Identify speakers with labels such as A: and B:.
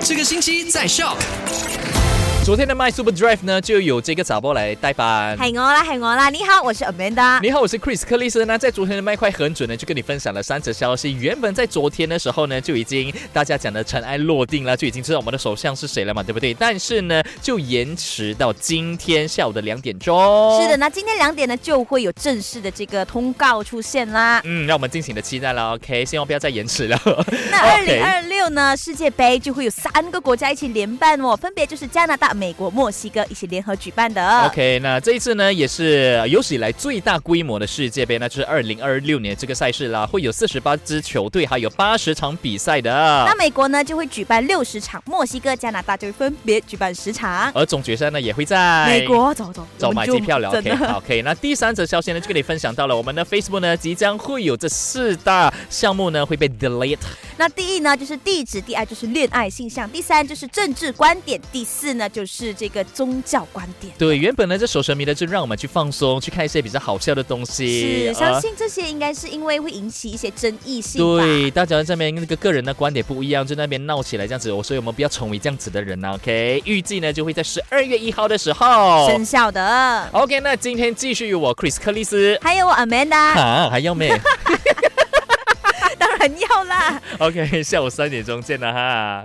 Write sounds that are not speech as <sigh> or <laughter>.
A: 这个星期在 Shock。
B: 昨天的 My Super Drive 呢，就有这个早波来代班。
C: 系我啦，系我啦！你好，我是 Amanda。
B: 嗯你好，我是 Chris 克里斯。那在昨天的麦快很准呢，就跟你分享了三则消息。原本在昨天的时候呢，就已经大家讲的尘埃落定了，就已经知道我们的首相是谁了嘛，对不对？但是呢，就延迟到今天下午的两点钟。
C: 是的，。那今天两点呢就会有正式的这个通告出现啦。
B: 嗯，让我们尽情的期待了，OK，希望不要再延迟了。
C: 那二
B: 嗯 OK
C: 零二六呢世界杯就会有三个国家一起联办哦，分别就是加拿大、美国、墨西哥一起联合举办的。
B: OK，那这一次呢，也是有史以来最大规模的世界杯，那就是二零二六年这个赛事啦，会有四十八支球队，还有八十场比赛的
C: 那。美国呢就会举办六十场，墨西哥、加拿大就会分别举办十场。
B: 而总决赛呢，也会在
C: 美。国走走，
B: 走
C: 我们
B: 买
C: 就
B: 机票了
C: 真
B: ，OK，
C: 的。
B: 好，OK。那第三则消息呢，就跟你分享到了，我们的 Facebook 呢，即将会有这四大项目呢会被 delete。
C: <laughs> 那第一呢就是地址，第二就是恋爱性向，第三就是政治观点，第四呢就是这个宗教观点。
B: 对，原本呢这手神迷呢就让我们去放松，去看一些比较好笑的东西。
C: 是，
B: 呃
C: 相信这些应该是因为会引起一些争议性吧。
B: 对，大家在那边那个个人的观点不一样，就那边闹起来这样子，哦我所以我们不要成为这样子的人啊，OK？预计呢就会在十二月一号的时候。
C: 生效的。
B: OK，那今天继续有我 Chris 克里斯。
C: 还有我 Amanda，
B: <laughs> 啊，还要妹
C: 当然要啦。
B: ，OK，下午三点钟见了哈。